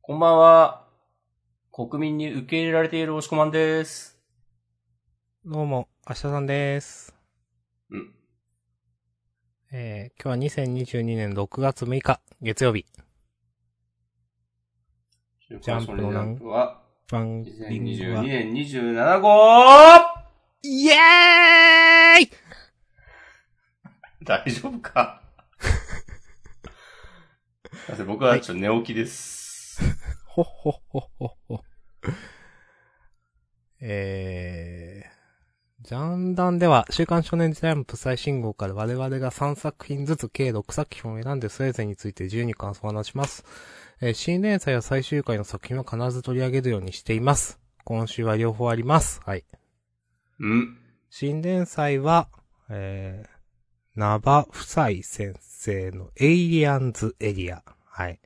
こんばんは。国民に受け入れられている押し込まんです。どうも、明日さんです。うん。えー、今日は2022年6月6日、月曜日。ジャンプのラランンプは、番組2022は。年27号イエーイ大丈夫かだって僕はちょっと寝起きです。ほっほっほっほっほ。えー、ジャンダンでは、週刊少年ジャンプ最新号から我々が3作品ずつ計6作品を選んでそれぞれについて自由に感想を話します。えー、新連載や最終回の作品は必ず取り上げるようにしています。今週は両方あります。はい。うん。新連載は、えー、ナバ夫妻先生のエイリアンズエリア。はい。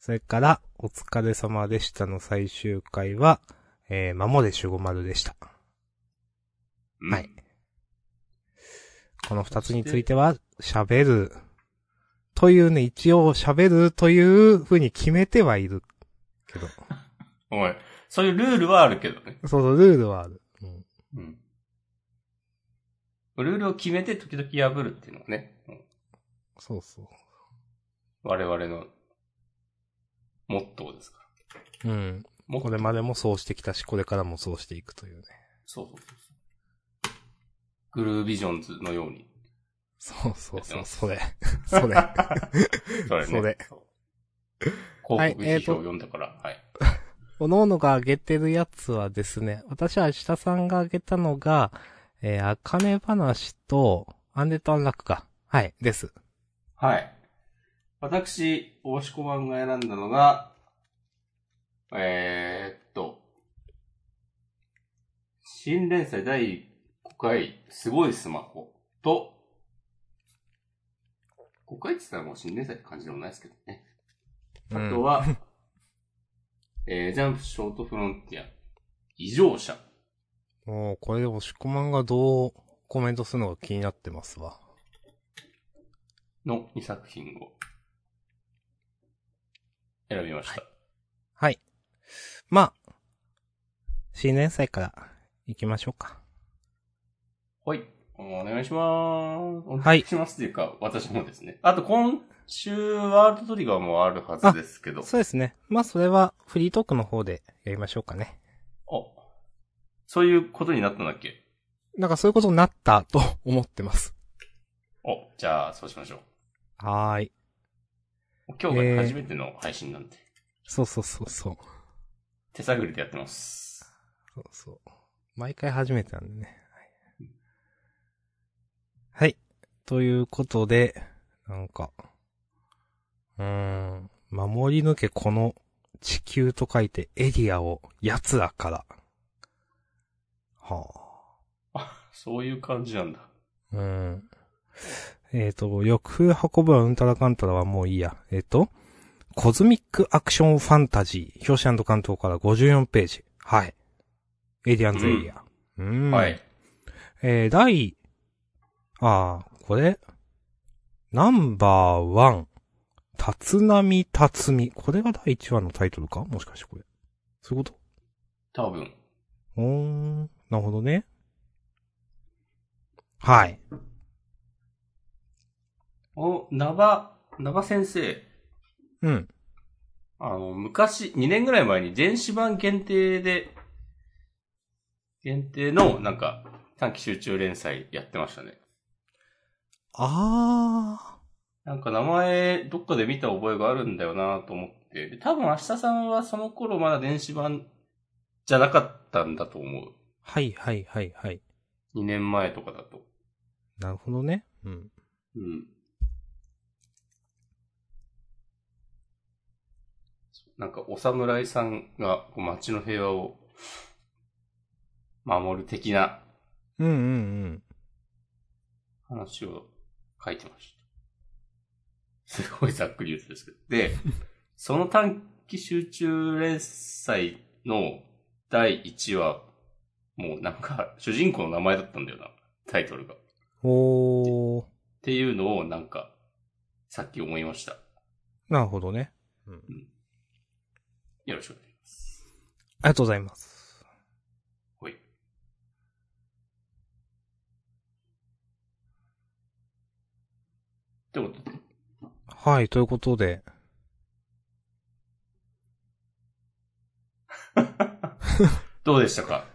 それから、お疲れ様でしたの最終回は、えー、マモで守護丸でした。うんはい。この二つについては、喋る。というね、一応喋るという風に決めてはいる。けど。おい、そういうルールはあるけどね。そのルールはある。うん。うん。ルールを決めて時々破るっていうのがね、うんそうそう。我々のモットーですから。うん。モットこーれまでもそうしてきたし、これからもそうしていくというね。そうそうそうそう。グルービジョンズのように。そうそう そう、それ。そ れ。それね。それそうはい広告え批ー評とを読んだから、はい。おのおのが挙げてるやつはですね、私は下さんが挙げたのが、えー、あかね話と、アンデッドアンラックか。はい、です。はい。私、大志小判が選んだのが、えー、っと、新連載第5回、すごいスマホと、5回って言ったらもう新連載って感じでもないですけどね。うあんとは、えー、ジャンプショートフロンティア、異常者。もう、これで押し込まんがどうコメントするのが気になってますわ。の2作品を選びました。はい。まあ、新年祭から行きましょうか。はい。お願いします。おは願いいしますっていうか、私もですね。あと今週ワールドトリガーもあるはずですけど。そうですね。まあ、それはフリートークの方でやりましょうかね。おそういうことになったんだっけなんかそういうことになったと思ってます。お、じゃあそうしましょう。はーい。今日がえー初めての配信なんで、そうそうそうそう。手探りでやってます。そうそう。毎回初めてなんでね。はい。はいということで、なんか、うーん、守り抜けこの地球と書いてエリアを奴らから。はそういう感じなんだ。あ。うん。えっ、と、翼風運ぶはうんたらかんたらはもういいや。えっ、と、コズミックアクションファンタジー、表紙関東から54ページ。はい。エリアンズエリア。うん。はい。えー、第、あー、これ、ナンバーワン、立浪辰巳。これが第1話のタイトルかもしかしてこれ。そういうこ多分。とおーん、なるほどね。はい。お、ナバ、ナバ先生。うん。あの、昔、2年ぐらい前に電子版限定で、限定の、なんか、短期集中連載やってましたね。あなんか名前、どっかで見た覚えがあるんだよなと思って。で、多分明日さんはその頃まだ電子版じゃなかったんだと思う。ー、はいはいはいはい。 2年前とかだと。なるほどね。うん。うん。なんか、お侍さんがこう街の平和を守る的なうんうんうん。話を書いてました。すごいざっくり言うとですけど。 で、その短期集中連載の第1話、もうなんか、主人公の名前だったんだよな、タイトルが。っおー、ていうのをなんか、さっき思いました。なるほどね。よろしくお願いします。ありがとうございます。ほい。ってことで、はい、ということで。どうでしたか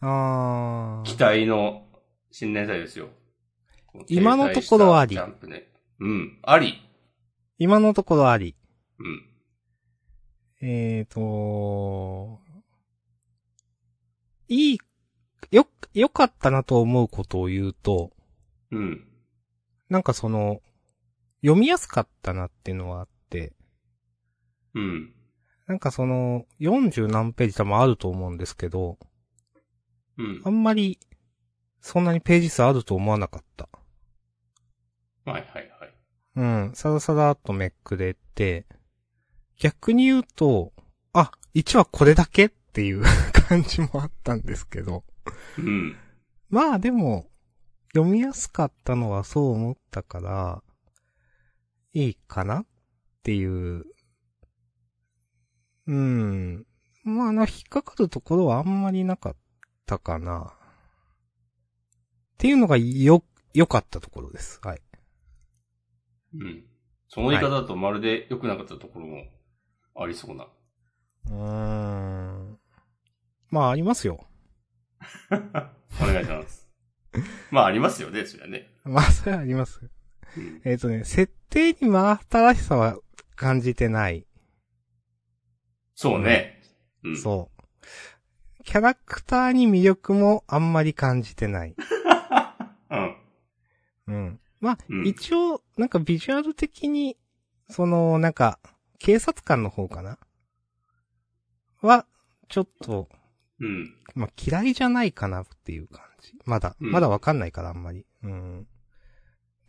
あ期ー。待の新年祭ですよ。今のところはあり停滞したジャンプね。うん、あり。今のところあり。うん。えーと、いい、よ、良かったなと思うことを言うと、うん。なんかその、読みやすかったなっていうのはあって、うん。なんかその、40何ページ多分あると思うんですけど、うんあ。んまり、そんなにページ数あると思わなかった。はいはいはい。うん、さらさらっとめくれて、逆に言うと、あ、1話これだけっていう 感じもあったんですけど。うん。まあでも、読みやすかったのはそう思ったから、いいかなっていう。うん。まあ、あの、引っかかるところはあんまりなかったかな。っていうのがよ、良かったところです。はい。うん。その言い方だとまるで良くなかったところもありそうな。うーん。まあ、ありますよ。 お願いします。まあありますよね、それはね。まあ、それはあります。うん。えっ、とね、設定に真新しさは感じてない。そうね。うん。そう。キャラクターに魅力もあんまり感じてない。うん。うん。まあ、うん一応、なんかビジュアル的に、その、なんか、警察官の方かなは、ちょっと、うん。まあ、嫌いじゃないかなっていう感じ。まだ、うんまだわかんないからあんまり。うん。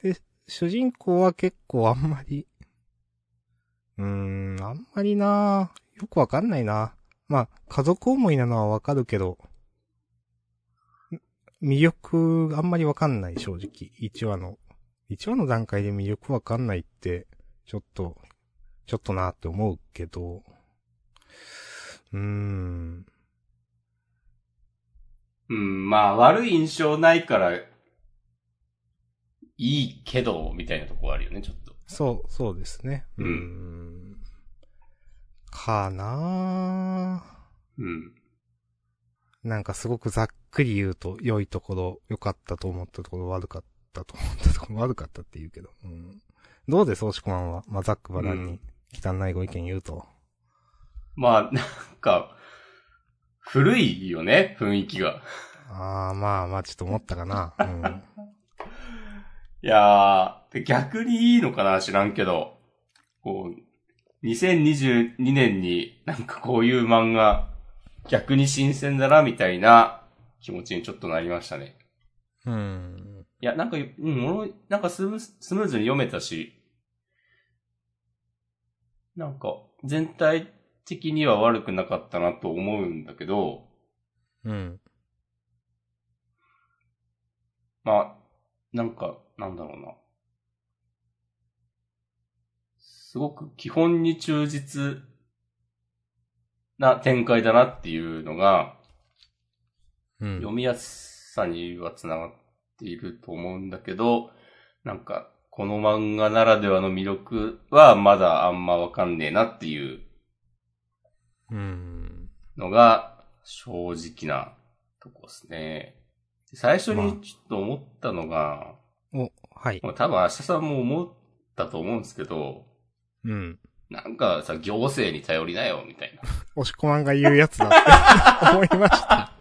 で、主人公は結構あんまり、うーん、あんまりなぁよくわかんないなまあ、家族思いなのはわかるけど、ん魅力あんまりわかんない正直。1話の。1話の段階で魅力わかんないって、ちょっと、ちょっとなって思うけど、うーん。うん、まあ悪い印象ないから、いいけど、みたいなとこあるよね、ちょっと。そう、そうですね。うんん。かなぁうん。なんかすごくざっくり言うと、良いところ、良かったと思ったところ、悪かったと思ったところ、 悪かったって言うけど。うん、どうです、おしこまんは。まあ、ざっくばらんに汚いご意見言うと。まあ、なんか、古いよね、雰囲気が。ああ、まあまあ、ちょっと思ったかな。うん、いやー、で逆にいいのかな知らんけど。こう、2022年になんかこういう漫画、逆に新鮮だな、みたいな気持ちにちょっとなりましたね。うん。いや、なんか、うん、俺もなんかスムススムーズに読めたし、なんか、全体的には悪くなかったなと思うんだけど、うん。まあ、なんか、なんだろうな。すごく基本に忠実な展開だなっていうのが、うん。読みやすさにはつながっていると思うんだけど、なんか、この漫画ならではの魅力はまだあんまわかんねえなっていううん。のが正直なとこですね。で最初にちょっと思ったのが、お、はい。もう多分明日さんも思ったと思うんですけど、うん。なんかさ、行政に頼りなよ、みたいな。押し込まんが言うやつだって 思いました。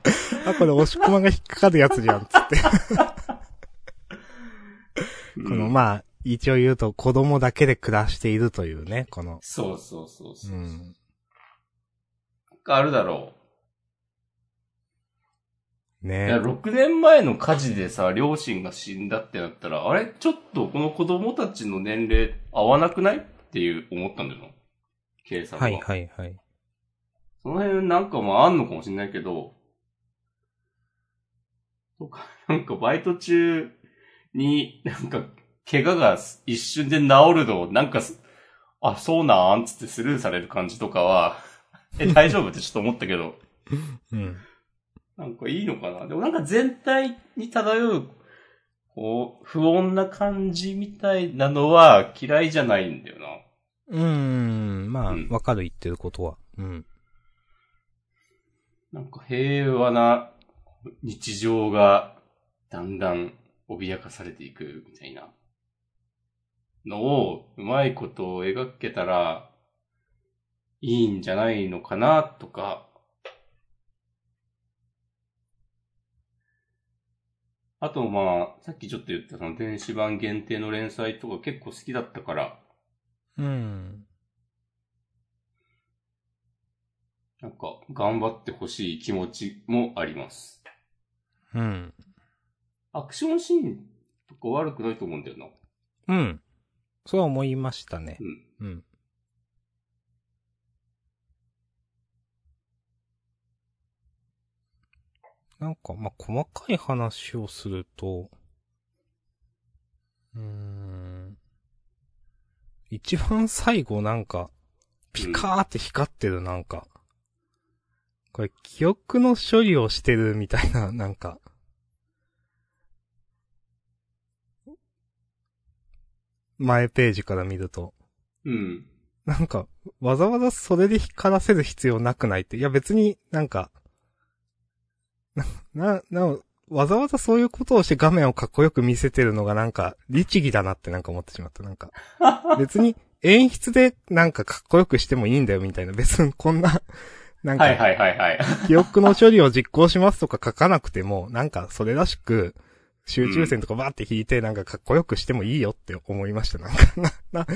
あ、これ押し込まんが引っかかるやつじゃんっつって。こ の、うんまあ、一応言うと子供だけで暮らしているというね、この。そうそうそうそうう。なんん。かあるだろう。いや、ね6年前の火事でさ、両親が死んだってなったら、あれちょっとこの子供たちの年齢合わなくないっていう思ったんだよな。計算は。はいはいはい。その辺なんかまああんのかもしれないけど、とか、なんかバイト中になんか怪我が一瞬で治るのをなんかす、あ、そうなんつってスルーされる感じとかは、え、大丈夫ってちょっと思ったけど、うん。なんかいいのかなでもなんか全体に漂う、こう、不穏な感じみたいなのは嫌いじゃないんだよな。うーん、まあうん、わかる言ってることは。うん。なんか平和な日常がだんだん脅かされていくみたいなのをうまいことを描けたらいいんじゃないのかなとか。あとまあ、さっきちょっと言ったその電子版限定の連載とか結構好きだったから、うん。なんか頑張ってほしい気持ちもあります。うん。アクションシーンとか悪くないと思うんだよな。うん。そう思いましたね。うん。なんか、まあ、細かい話をすると、うーん。一番最後なんか、ピカーって光ってるなんか。これ、記憶の処理をしてるみたいな、 なんか。前ページから見ると。うん。なんか、わざわざそれで光らせる必要なくないって。いや別になんか、な、な、なお、わざわざそういうことをして画面をかっこよく見せてるのがなんか、律儀だなってなんか思ってしまった。なんか、別 に演出でなんかかっこよくしてもいいんだよみたいな。別にこんな、なんはいか、はいはい はい。記憶の処理を実行しますとか書かなくても、なんかそれらしく、集中線とかバーって引いて、なんかかっこよくしてもいいよって思いました。なんか、 な、な、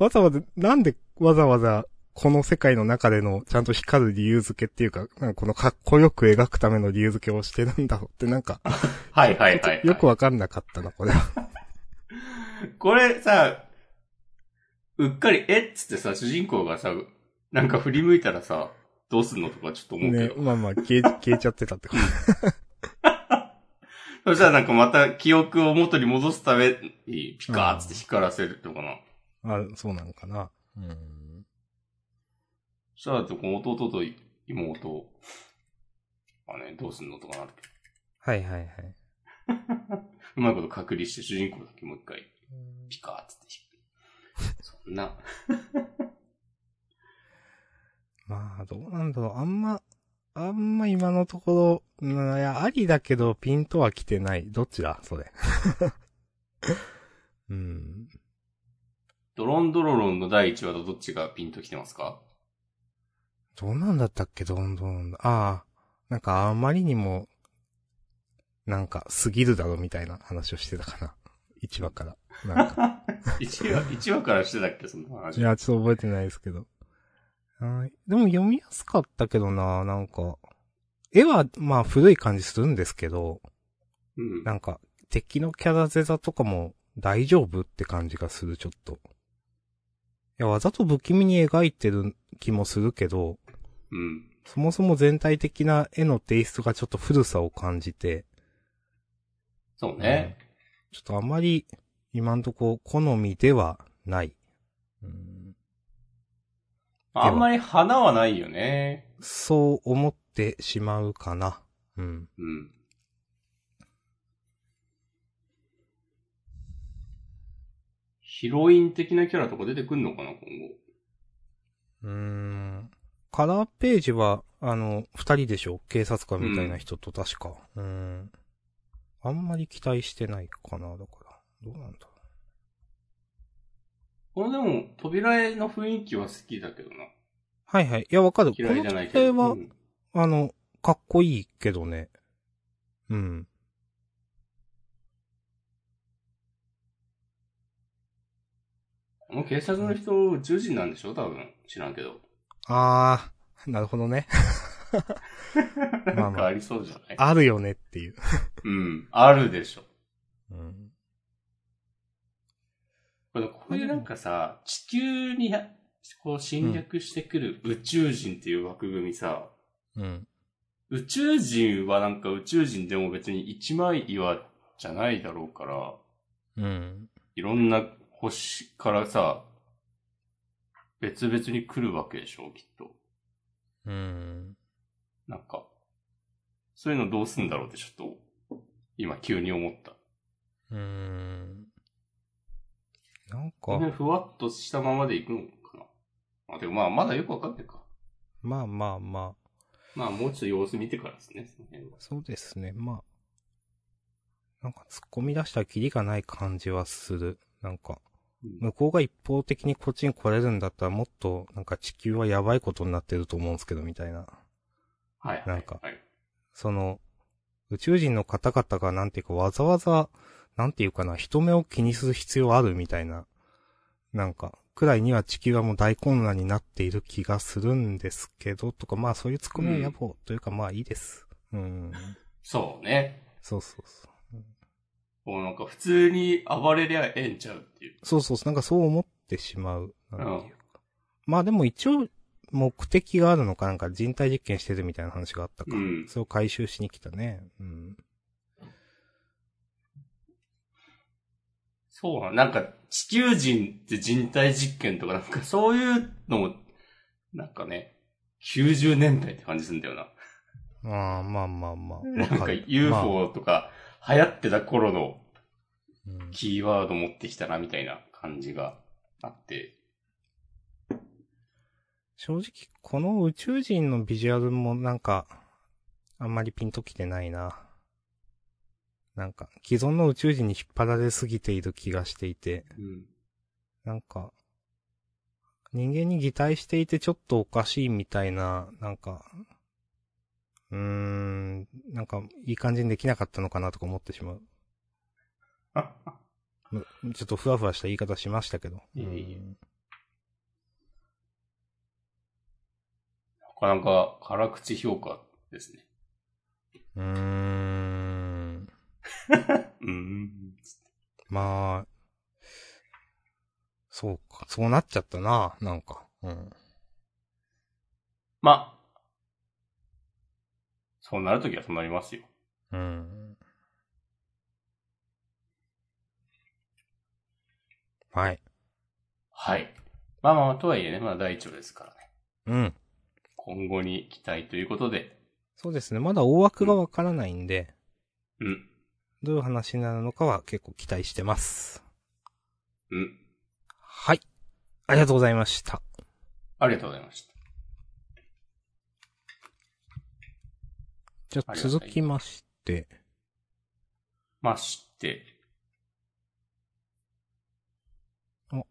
わざわざ、なんでわざわざ、この世界の中での、ちゃんと光る理由付けっていうか、なんかこのかっこよく描くための理由付けをしてるんだろうって、なんか、はいはいはい、はい。よくわかんなかったな、これ は。これさ、うっかり、えっつってさ、主人公がさ、なんか振り向いたらさ、どうすんのとかちょっと思うけねど。、まあまあ、消え、消えちゃってたってこと。そしたらなんかまた記憶を元に戻すために、ピカーっつって光らせるのかな。あ、そうなのかな。うん。そしたらこの弟と妹はね、どうすんのとかなるけど。はいはいはい。うまいこと隔離して主人公だけもう一回、ピカーっつって光る。そんな。まあ、どうなんだろう。あんま、あんま今のところ、うんいや、ありだけど、ピンとは来てない。どっちだそれ。 うん。ドロンドロロンの第1話とどっちがピンときてます かどんなんだったっけどんどん。ああ。なんか、あまりにも、なんか、過ぎるだろ、みたいな話をしてたかな。一話から。なんか。 1話、一話からしてたっけそんな話。いや、ちょっと覚えてないですけど。はい。でも読みやすかったけどな、なんか。絵は、まあ、古い感じするんですけど。うん。なんか、敵のキャラゼザとかも大丈夫って感じがする、ちょっと。いや、わざと不気味に描いてる気もするけど、うん。そもそも全体的な絵のテイストがちょっと古さを感じて、そうね。ちょっとあまり今んとこ好みではない。うんまああんまり花はないよね。そう思ってしまうかな。うん。うん。ヒロイン的なキャラとか出てくんのかな、今後。うーん。カラーページは、あの、二人でしょ警察官みたいな人と確か。うーん。あんまり期待してないかな、だから。どうなんだろこのでも、扉絵の雰囲気は好きだけどな。う。はいはい。いや、わかる。嫌いじゃないけこのど。時計うんは、あの、かっこいいけどね。うん。この警察の人、宇宙人なんでしょ多分。知らんけど。あー、なるほど ね。まあまなあんかありそうじゃないあるよねっていう。うん。あるでしょ。うん。これこういうなんかさ、地球にやこう侵略してくる宇宙人っていう枠組みさ、うん。宇宙人はなんか宇宙人でも別に一枚岩じゃないだろうから、うん。いろんな星からさ、別々に来るわけでしょ、きっと。うん。なんか、そういうのどうすんだろうってちょっと、今急に思った。うん。なんこれか、ふわっとしたままでいくのかな。あ、でもまあ、まだよくわかんないか。まあまあまあ、まあ、もうちょっと様子見てからですね、その辺は。そうですね、まあ。なんか突っ込み出したらキリがない感じはする。なんか、うん向こうが一方的にこっちに来れるんだったらもっと、なんか地球はやばいことになってると思うんですけど、みたいな。はい、はい。なんかはい。その、宇宙人の方々がなんていうかわざわざ、なんていうかな、人目を気にする必要あるみたいな、なんか、くらいには地球はもう大混乱になっている気がするんですけど、とか、まあそういうツッコミは野暮というか、まあいいです。うん。そうね。そうそうそう。もうなんか普通に暴れりゃええんちゃうっていう。そうそうそう、なんかそう思ってしまう。なんていううんかまあでも一応、目的があるのかなんか人体実験してるみたいな話があったから、うんそれを回収しに来たね。うん。そうなのなんか地球人って人体実験とかなんか そういうのも、なんかね、90年代って感じするんだよな。ああ、まあまあまあ。 なんわかる UFO とか流行ってた頃のまあうんキーワード持ってきたなみたいな感じがあって。正直、この宇宙人のビジュアルもなんか、あんまりピンときてないな。なんか、既存の宇宙人に引っ張られすぎている気がしていて、 うん。なんか、人間に擬態していてちょっとおかしいみたいな、なんか、うーん、なんか、いい感じにできなかったのかなとか思ってしまう。むちょっとふわふわした言い方しましたけど。いえいえうんなかなか辛口評価ですね。うーん。うん。まあ、そうか、そうなっちゃったな、なんか。うん。まあ、そうなるときはそうなりますよ。うん。はい。はい。まあまあまあ、とはいえね、まだ第一部ですからね。うん。今後に期待ということで、そうですね、まだ大枠がわからないんで、うん、どういう話になるのかは結構期待してます。うん、はい。ありがとうございました。ありがとうございました。じゃあ続きまして、まして、あ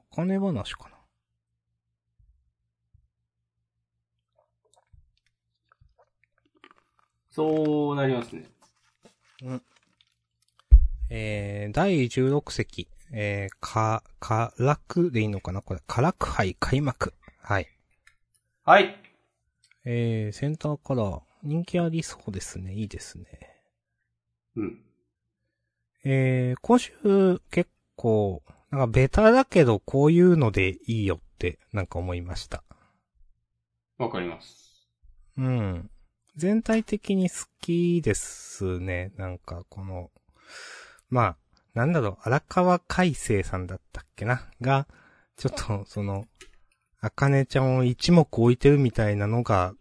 かね話かな。そうなりますね。えー、第16席、えー、か、からくでいいのかなこれ、からく杯開幕。はい。はい。えー、センターカラー、人気ありそうですね。いいですね。うん。えー、今週、結構、なんかベタだけど、こういうのでいいよって、なんか思いました。わかります。うん。全体的に好きですね。なんか、この、まあ、なんだろう、荒川海生さんだったっけなが、ちょっと、その、あかねちゃんを一目置いてるみたいなのが、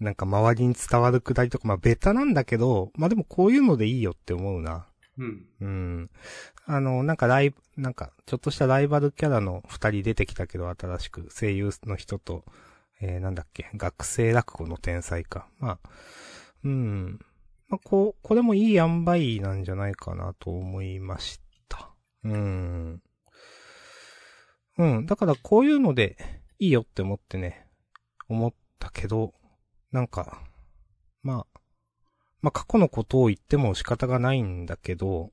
なんか周りに伝わるくだりとか、まあ、ベタなんだけど、まあでもこういうのでいいよって思うな。うん。うん。あの、なんかライブ、なんか、ちょっとしたライバルキャラの二人出てきたけど、新しく、声優の人と、えー、なんだっけ、学生落語の天才か。まあ、うん。まあ、こう、これもいい塩梅なんじゃないかなと思いました。うん。うん。だから、こういうので、いいよって思ってね、思ったけど、なんか、まあ、まあ、過去のことを言っても仕方がないんだけど、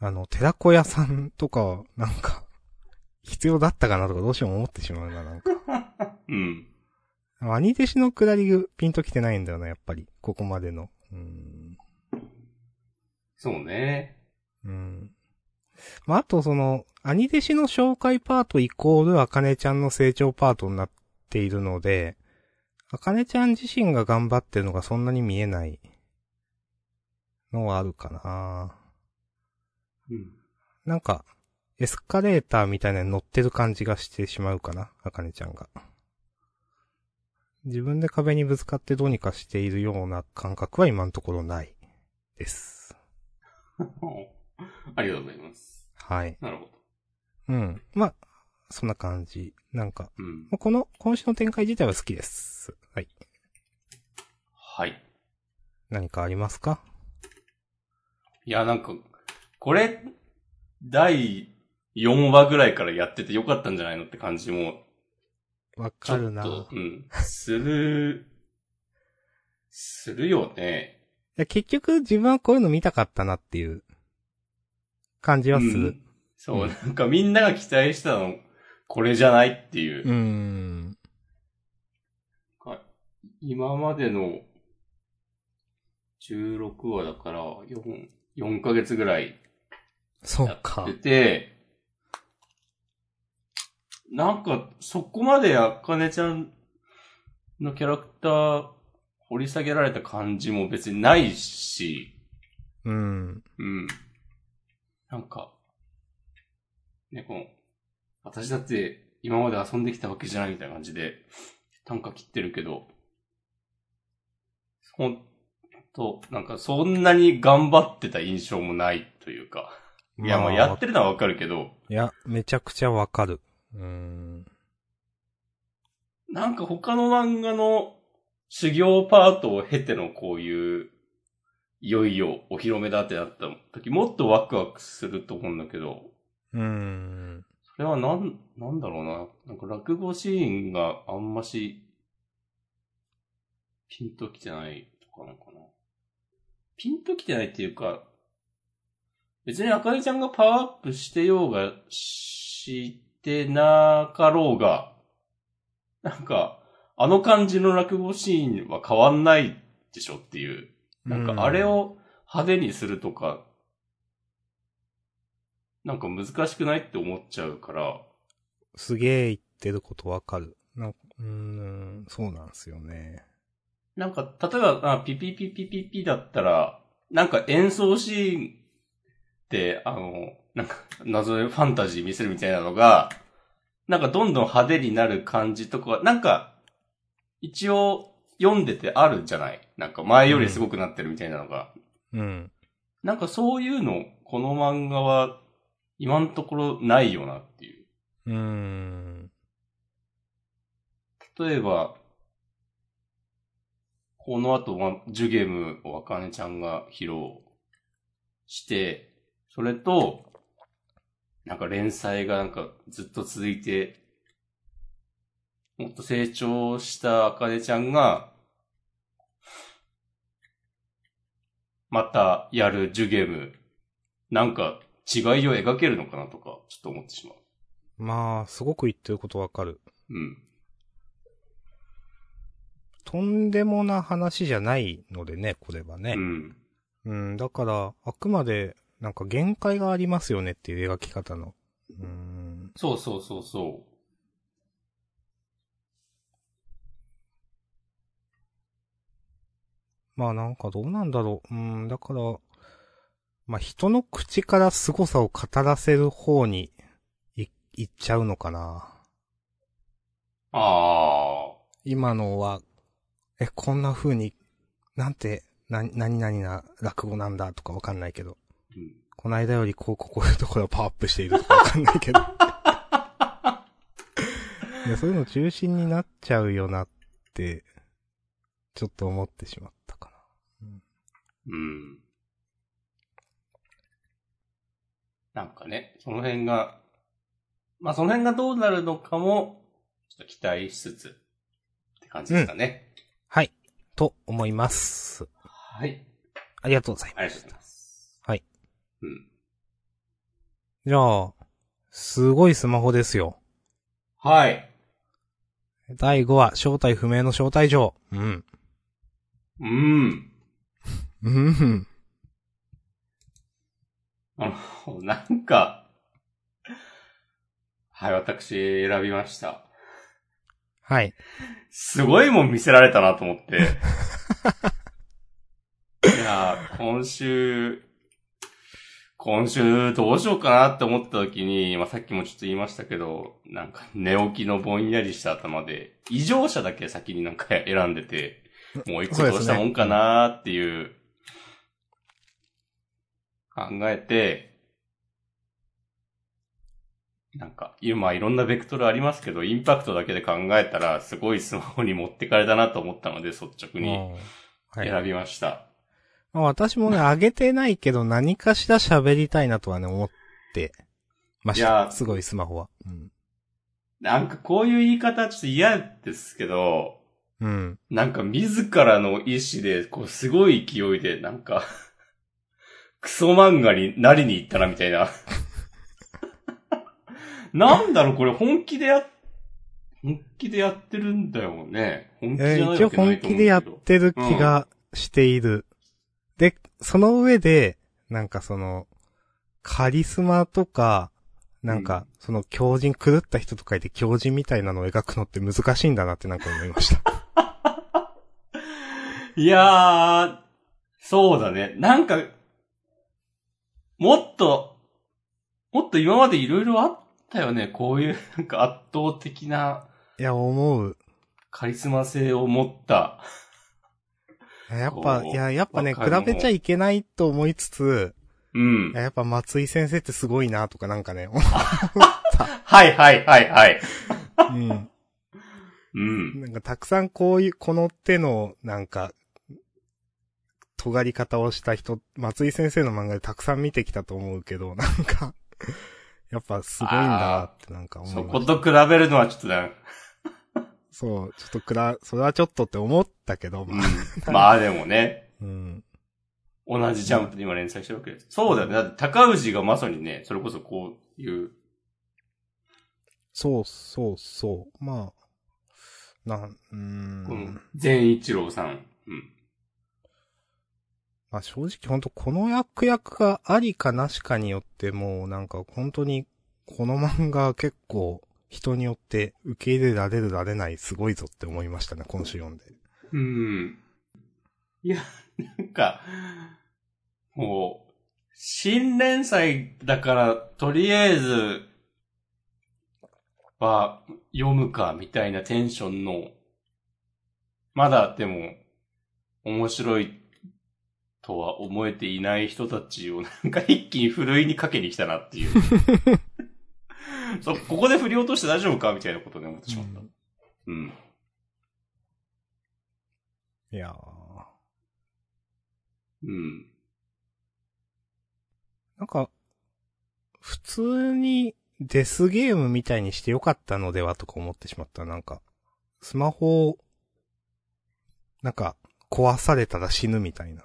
あの、寺子屋さんとかは、なんか、 必要だったかなとかどうしても思ってしまうな、なんか。うん。兄弟子のくだりがピンときてないんだよな、やっぱり。ここまでの。うん。そうね。うん。まあ、あとその、兄弟子の紹介パートイコール、あかねちゃんの成長パートになっているので、あかねちゃん自身が頑張ってるのがそんなに見えないのはあるかな。うん。なんか、エスカレーターみたいなのに乗ってる感じがしてしまうかな、あかねちゃんが。自分で壁にぶつかってどうにかしているような感覚は今のところないです。 ありがとうございます。はい。なるほど。うん。まあ、そんな感じ。なんか、うん。まあこの、今週の展開自体は好きです。はい。はい。何かありますかいや、なんか、これ、第4話ぐらいからやっててよかったんじゃないのって感じも、わちょかっと、るな。いうん。する、するよね。や結局自分はこういうの見たかったなっていう感じはすうる。んそう、うんなんかみんなが期待したの、これじゃないっていう。うーん。か今までの16話だから4、4ヶ月ぐらいそうか出。て、なんかそこまであかねちゃんのキャラクター掘り下げられた感じも別にないし、うん。うん。なんか、ね、この、私だって今まで遊んできたわけじゃないみたいな感じで、短歌切ってるけど、ほんと、なんかそんなに頑張ってた印象もないというか。いや、まあやってるのはわかるけど、いや、めちゃくちゃわかる。うーん。なんか他の漫画の修行パートを経てのこういう、いよいよお披露目だってなった時、もっとワクワクすると思うんだけど、うーん。それはなん、なんだろうな。なんか落語シーンがあんまし、ピンときてないとかなのかな。ピンときてないっていうか、別にあかりちゃんがパワーアップしてようが、してなかろうが、なんか、あの感じの落語シーンは変わんないでしょっていう。なんかあれを派手にするとか、なんか難しくないって思っちゃうから、すげえ言ってることわかる。なんかうーん、そうなんですよね。なんか例えば、あピピピピピピだったら、なんか演奏シーンって、あの、なんか謎でファンタジー見せるみたいなのが、なんかどんどん派手になる感じとか、なんか、一応読んでてあるじゃないなんか前よりすごくなってるみたいなのが。うん。なんかそういうの、この漫画は今のところないよなっていう。うーん。例えば、この後、まジュゲームをあかねちゃんが披露して、それと、なんか連載がなんかずっと続いて、もっと成長したあかねちゃんが、またやるジュゲーム、なんか違いを描けるのかなとか、ちょっと思ってしまう。まあ、すごく言ってることわかる。うん。とんでもな話じゃないのでね、これはねう。ん。うん、だから、あくまで、なんか限界がありますよねっていう描き方の。うーん。そうそうそうそう。まあなんかどうなんだろう。うん、だから、まあ人の口から凄さを語らせる方にい、いっちゃうのかな。あ今のは、え、こんな風に、なんて、な、何々な落語なんだとかわかんないけど。あ。うん。この間よりこう、ここのところをパワーアップしているとかわかんないけど。いや、そういうの中心になっちゃうよなって、ちょっと思ってしまったかうん。なんかね、その辺が、まあその辺がどうなるのかも、ちょっと期待しつつ、って感じですかね。な。はい。と思います。はい。ありがとうございあまりがとうしございた。ます。はい。うん。じゃあ、すごいスマホですよ。はい。第5話、正体不明の招待状。うん。うん。うん。あの、なんか、はい、私選びました。はい。すごいもん見せられたなと思って。いやー、今週、今週どうしようかなって思った時に、まあ、さっきもちょっと言いましたけど、なんか寝起きのぼんやりした頭で、異常者だけ先になんか選んでて、もう一個どうしたもんかなっていう、考えて、なんか、今いろんなベクトルありますけど、インパクトだけで考えたら、すごいスマホに持ってかれたなと思ったので、率直にうんはい選びました。まあ私もね、上げてないけど何かしら喋りたいなとはね、思ってましいやた。ーすごいスマホは。うん。なんかこういう言い方はちょっと嫌ですけど、うん。なんか自らの意志で、こうすごい勢いで、なんか、 クソ漫画になりに行ったなみたいな。 なんだろう、これ本気でや、本気でやってるんだよね。本気じゃえないーわ一応けな本いと思気うでけやっど。てる気がしている。で、その上で、なんかその、カリスマとか、なんか、その狂人、狂った人と書いて狂人みたいなのを描くのって難しいんだなってなんか思い ました。いやー、そうだね。なんか、もっと、もっと今までいろいろあったよね。こういう、なんか圧倒的ないや、思う。カリスマ性を持ったいややっぱ、こういや、やっぱね、比若いのもべちゃいけないと思いつつ、うんいや。やっぱ松井先生ってすごいなとかなんかね、はいはいはいはい。うん。うん。 なんかたくさんこういう、この手の、なんか、尖り方をした人、松井先生の漫画でたくさん見てきたと思うけど、 なんか、やっぱすごいんだってなんか思いそまこした。と比べるのはちょっとね、そう、ちょっとくら、それはちょっとって思ったけど、まあ、 うん。まあでもね、うん。同じジャンプで今連載してるわけです。そうだよね。だって高氏がまさにね、それこそこういう、そうそうそう。まあ、なん、うーん。この善一郎さん。うん。まあ正直本当この役役がありかなしかによってもうなんか本当にこの漫画結構人によって受け入れられるられないすごいぞって思いましたね、今週読んで。うん。いや、なんか、もう、新連載だから、とりあえず、は、読むか、みたいなテンションの、まだでも、面白いとは思えていない人たちを、なんか一気にふるいにかけに来たなっていう。そう、ここで振り落として大丈夫かみたいなことで思ってしまった。うん。いやー。うん。なんか、普通にデスゲームみたいにしてよかったのではとか思ってしまった。なんか、スマホを、なんか壊されたら死ぬみたいな。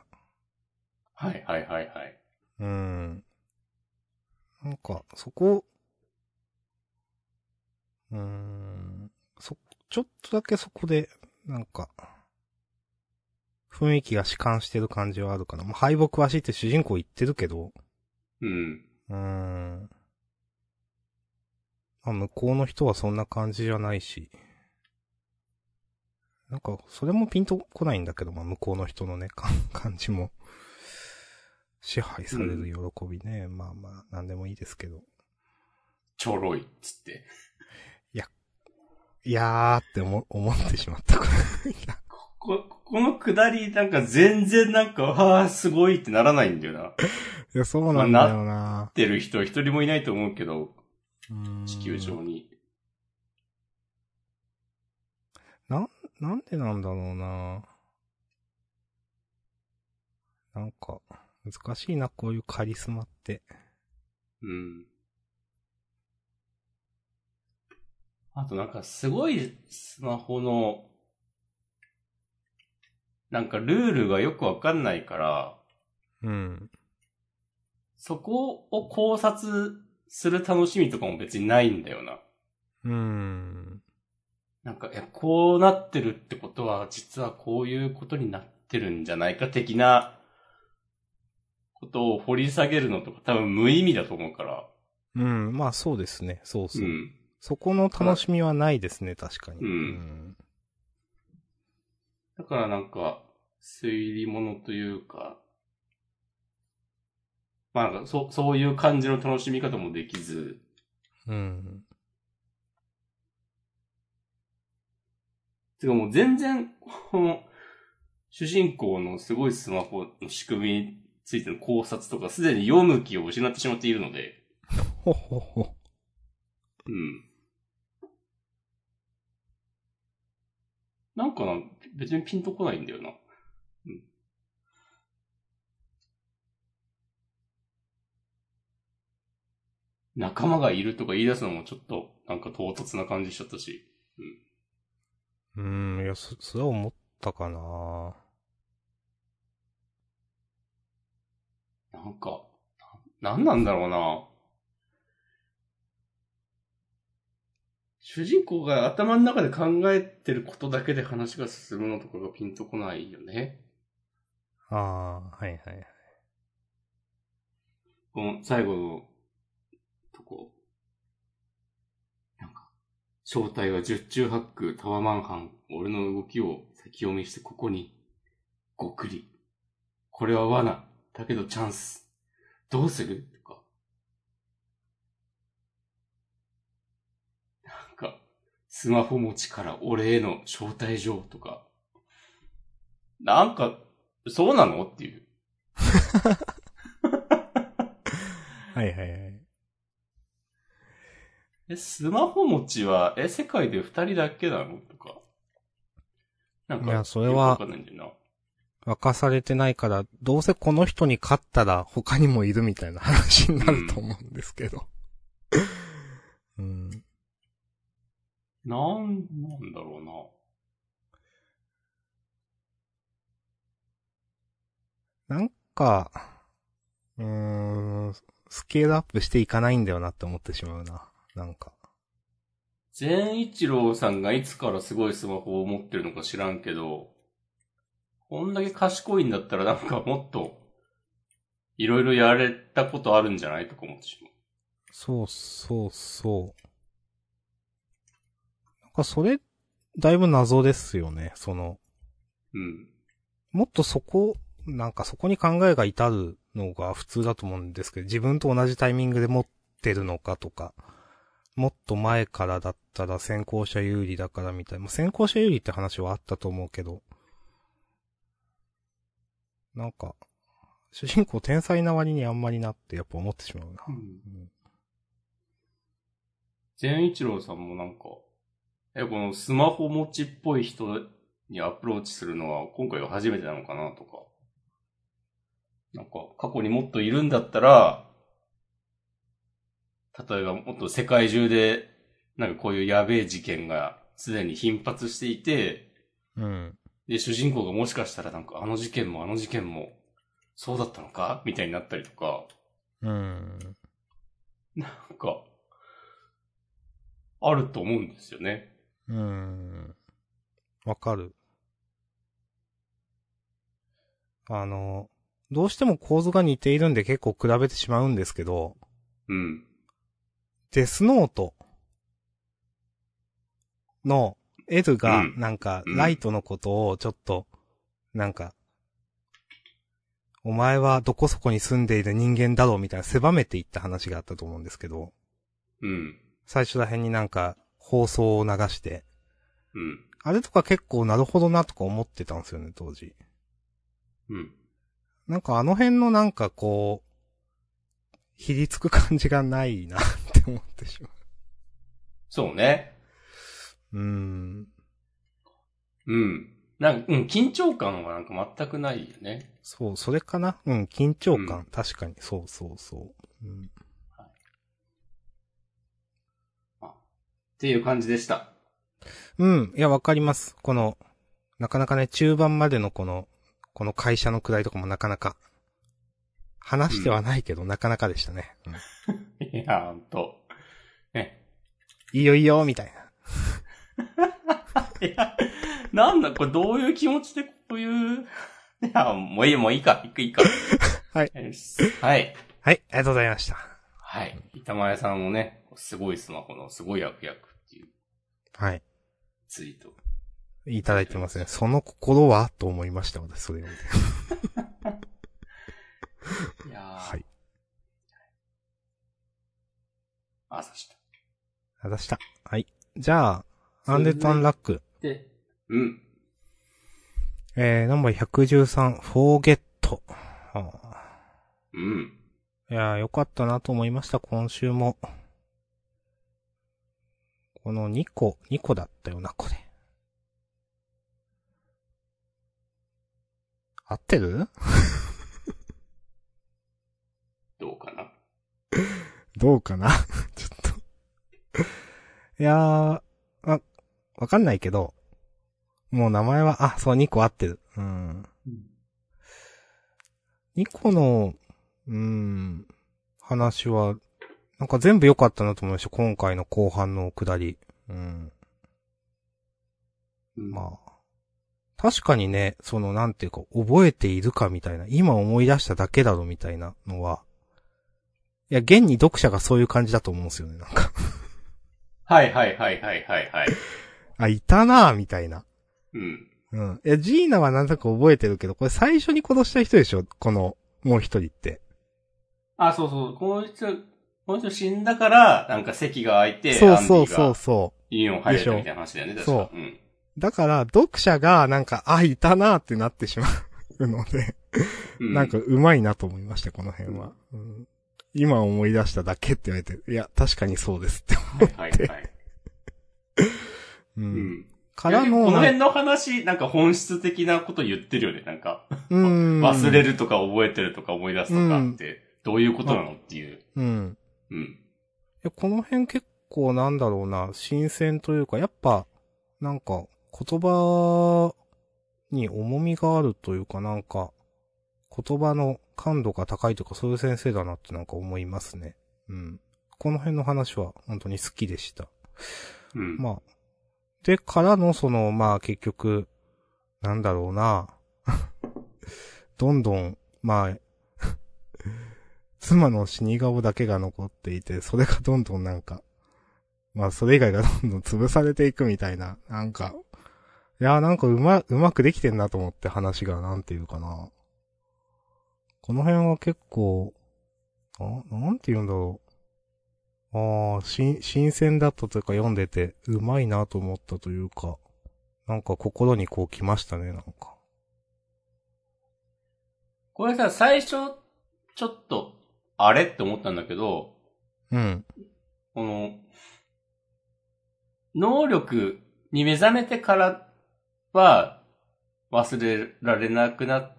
はいはいはいはい。うん。なんか、そこ、うーん、そ、ちょっとだけそこで、なんか、雰囲気が弛緩してる感じはあるかな。まあ、敗北はしって主人公言ってるけど、うん。うーん。まあ、向こうの人はそんな感じじゃないし。なんか、それもピンとこないんだけど、まあ、向こうの人のね、か 感じも。支配される喜びね。まあまあ、なんでもいいですけど。ちょろいっつって。いやーって思、思ってしまっ た。これいやこ、ここのくだり、なんか全然なんか、わあ、すごいってならないんだよな。っいや、そうなんだよな。てる人一人もいないと思うけど、うーん地球上に。なんでなんだろうななんか、難しいな、こういうカリスマって。うん。あとなんかすごいスマホの、なんかルールがよくわかんないから、うん。そこを考察する楽しみとかも別にないんだよな。うーん。なんか、え、こうなってるってことは、実はこういうことになってるんじゃないか的な、ことを掘り下げるのとか多分無意味だと思うから。うん、まあそうですね。そううそう。ん。そこの楽しみはないですね、確かに。うんだからなんか、推理物というか、まあなんか、そ、そういう感じの楽しみ方もできず、うん。てかもう全然、この、主人公のすごいスマホの仕組みについての考察とか、すでに読む気を失ってしまっているので、ほっほっほ。うん。なんかな、別にピンとこないんだよな。うん。仲間がいるとか言い出すのもちょっと、なんか唐突な感じしちゃったし。うん、いや、そ、それは思ったかななんか、ななんなんだろうな。主人公が頭の中で考えてることだけで話が進むのとかがピンとこないよね。ああ、はいはい。この最後のとこ。なんか、正体は十中八九タワマンハン。俺の動きを先読みしてここに、ごっくり。これは罠。だけどチャンス。どうするとか。なんか、スマホ持ちから俺への招待状とか。なんか、そうなのっていう。はいはいはい。え、スマホ持ちは、え、世界で二人だけなのとか。なんか、いやそれはよくわかんないんだよな。沸かされてないから、どうせこの人に勝ったら他にもいるみたいな話になると思うんですけど。うん。なんなんだろうな。なんか、うーん、スケールアップしていかないんだよなって思ってしまうな。なんか。善一郎さんがいつからすごいスマホを持ってるのか知らんけど、こんだけ賢いんだったらなんかもっと、いろいろやれたことあるんじゃないとか思ってしまう。そうそうそう。なんかそれ、だいぶ謎ですよね。その、うん。もっとそこ、なんかそこに考えが至るのが普通だと思うんですけど、自分と同じタイミングで持ってるのかとか、もっと前からだったら先行者有利だからみたいな、まあ先行者有利って話はあったと思うけど、なんか、主人公天才な割にあんまりなってやっぱ思ってしまうな。ん善一郎さんもなんか、え、このスマホ持ちっぽい人にアプローチするのは今回は初めてなのかなとか。なんか、過去にもっといるんだったら、例えばもっと世界中で、なんかこういうやべえ事件がすでに頻発していて、うん。で、主人公がもしかしたらなんかあの事件もあの事件も、そうだったのかみたいになったりとか。うん。なんか、あると思うんですよね。うん。わかる。あの、どうしても構図が似ているんで結構比べてしまうんですけど、うん。デスノートのエルがうんなんかうんライトのことをちょっと、なんか、お前はどこそこに住んでいる人間だろうみたいな狭めていった話があったと思うんですけど、うん。最初ら辺になんか放送を流して、うん。あれとか結構なるほどなとか思ってたんですよね、当時。うん。なんかあの辺のなんかこう、ひりつく感じがないなって思ってしまそうね。う。うーん。うん。なんか、うん、緊張感はなんか全くないよね。そう、それかなうん、緊張感。うん確かに、そうそうそう。うん、っていう感じでした。うん、いや、わかります。この、なかなかね、中盤までのこの、この会社のくだりとかもなかなか、話してはないけど、なかなかでしたね。うんいや、ほんと。ね。いいよいいよ、みたいな。いや、 なんだ、これどういう気持ちでこういう、いや、もういい、もういいか、いくいいか。 はいよし。はい。はい、ありがとうございました。はい。板前さんもね、すごいスマホのすごい悪役っていうはい。ツイート。いただいてますね。その心はと思いました、私、それを見て。いやーはい。あ、刺した。あ、出した。はい。じゃあ、アンデッドアンラック。で、うん。えー、ナンバー113、フォーゲット。あうん。ーいやー、よかったなと思いました、今週も。この2個、2個だったよな、これ。合ってるどうかな。どうかな ちょっと。いやー、あ、わかんないけど、もう名前は、あ、そう、2個合ってる。うん。2個の、うん、話は、なんか全部良かったなと思いました。今回の後半の下り。うん。あ。まあ。確かにね、その、なんていうか、覚えているかみたいな、今思い出しただけだろみたいなのは、いや、現に読者がそういう感じだと思うんですよね、なんか。はいはいはいはいはいはい。あ、いたなぁ、みたいな。うん。うん。いや、ジーナはなんとなく覚えてるけど、これ最初に殺した人でしょこの、もう一人って。あ、そうそう。この人、この人死んだから、なんか席が空いて、そうそうアンディそうがそう。インを入れたみたいな話だよね、で確しょか。うん。だから、読者が、なんか、あ、いたなってなってしまうので、うなんか、、うまいなと思いました、この辺は。うん今思い出しただけって言われて、いや、確かにそうですって。はいはいはい。う。うんん。からいやの、この辺の話、なんか本質的なこと言ってるよね、なんか。うん。忘れるとか覚えてるとか思い出すとかって、どういうことなのっていう。うん。うん。いや、この辺結構なんだろうな、新鮮というか、やっぱ、なんか、言葉に重みがあるというか、なんか、言葉の感度が高いというか、そういう先生だなってなんか思いますね。うん。この辺の話は本当に好きでした。うん。まあ。で、からのその、まあ結局、なんだろうな。 どんどん、まあ、 妻の死に顔だけが残っていて、それがどんどんなんか、まあそれ以外がどんどん潰されていくみたいな、なんか、いやーなんかうま、うまくできてんなと思って話が、なんていうかな。この辺は結構、あ、なんて言うんだろう。ああ、新、新鮮だったというか読んでて、うまいなと思ったというか、なんか心にこう来ましたね、なんか。これさ、最初、ちょっと、あれって思ったんだけど、うん。この、能力に目覚めてからは、忘れられなくなっ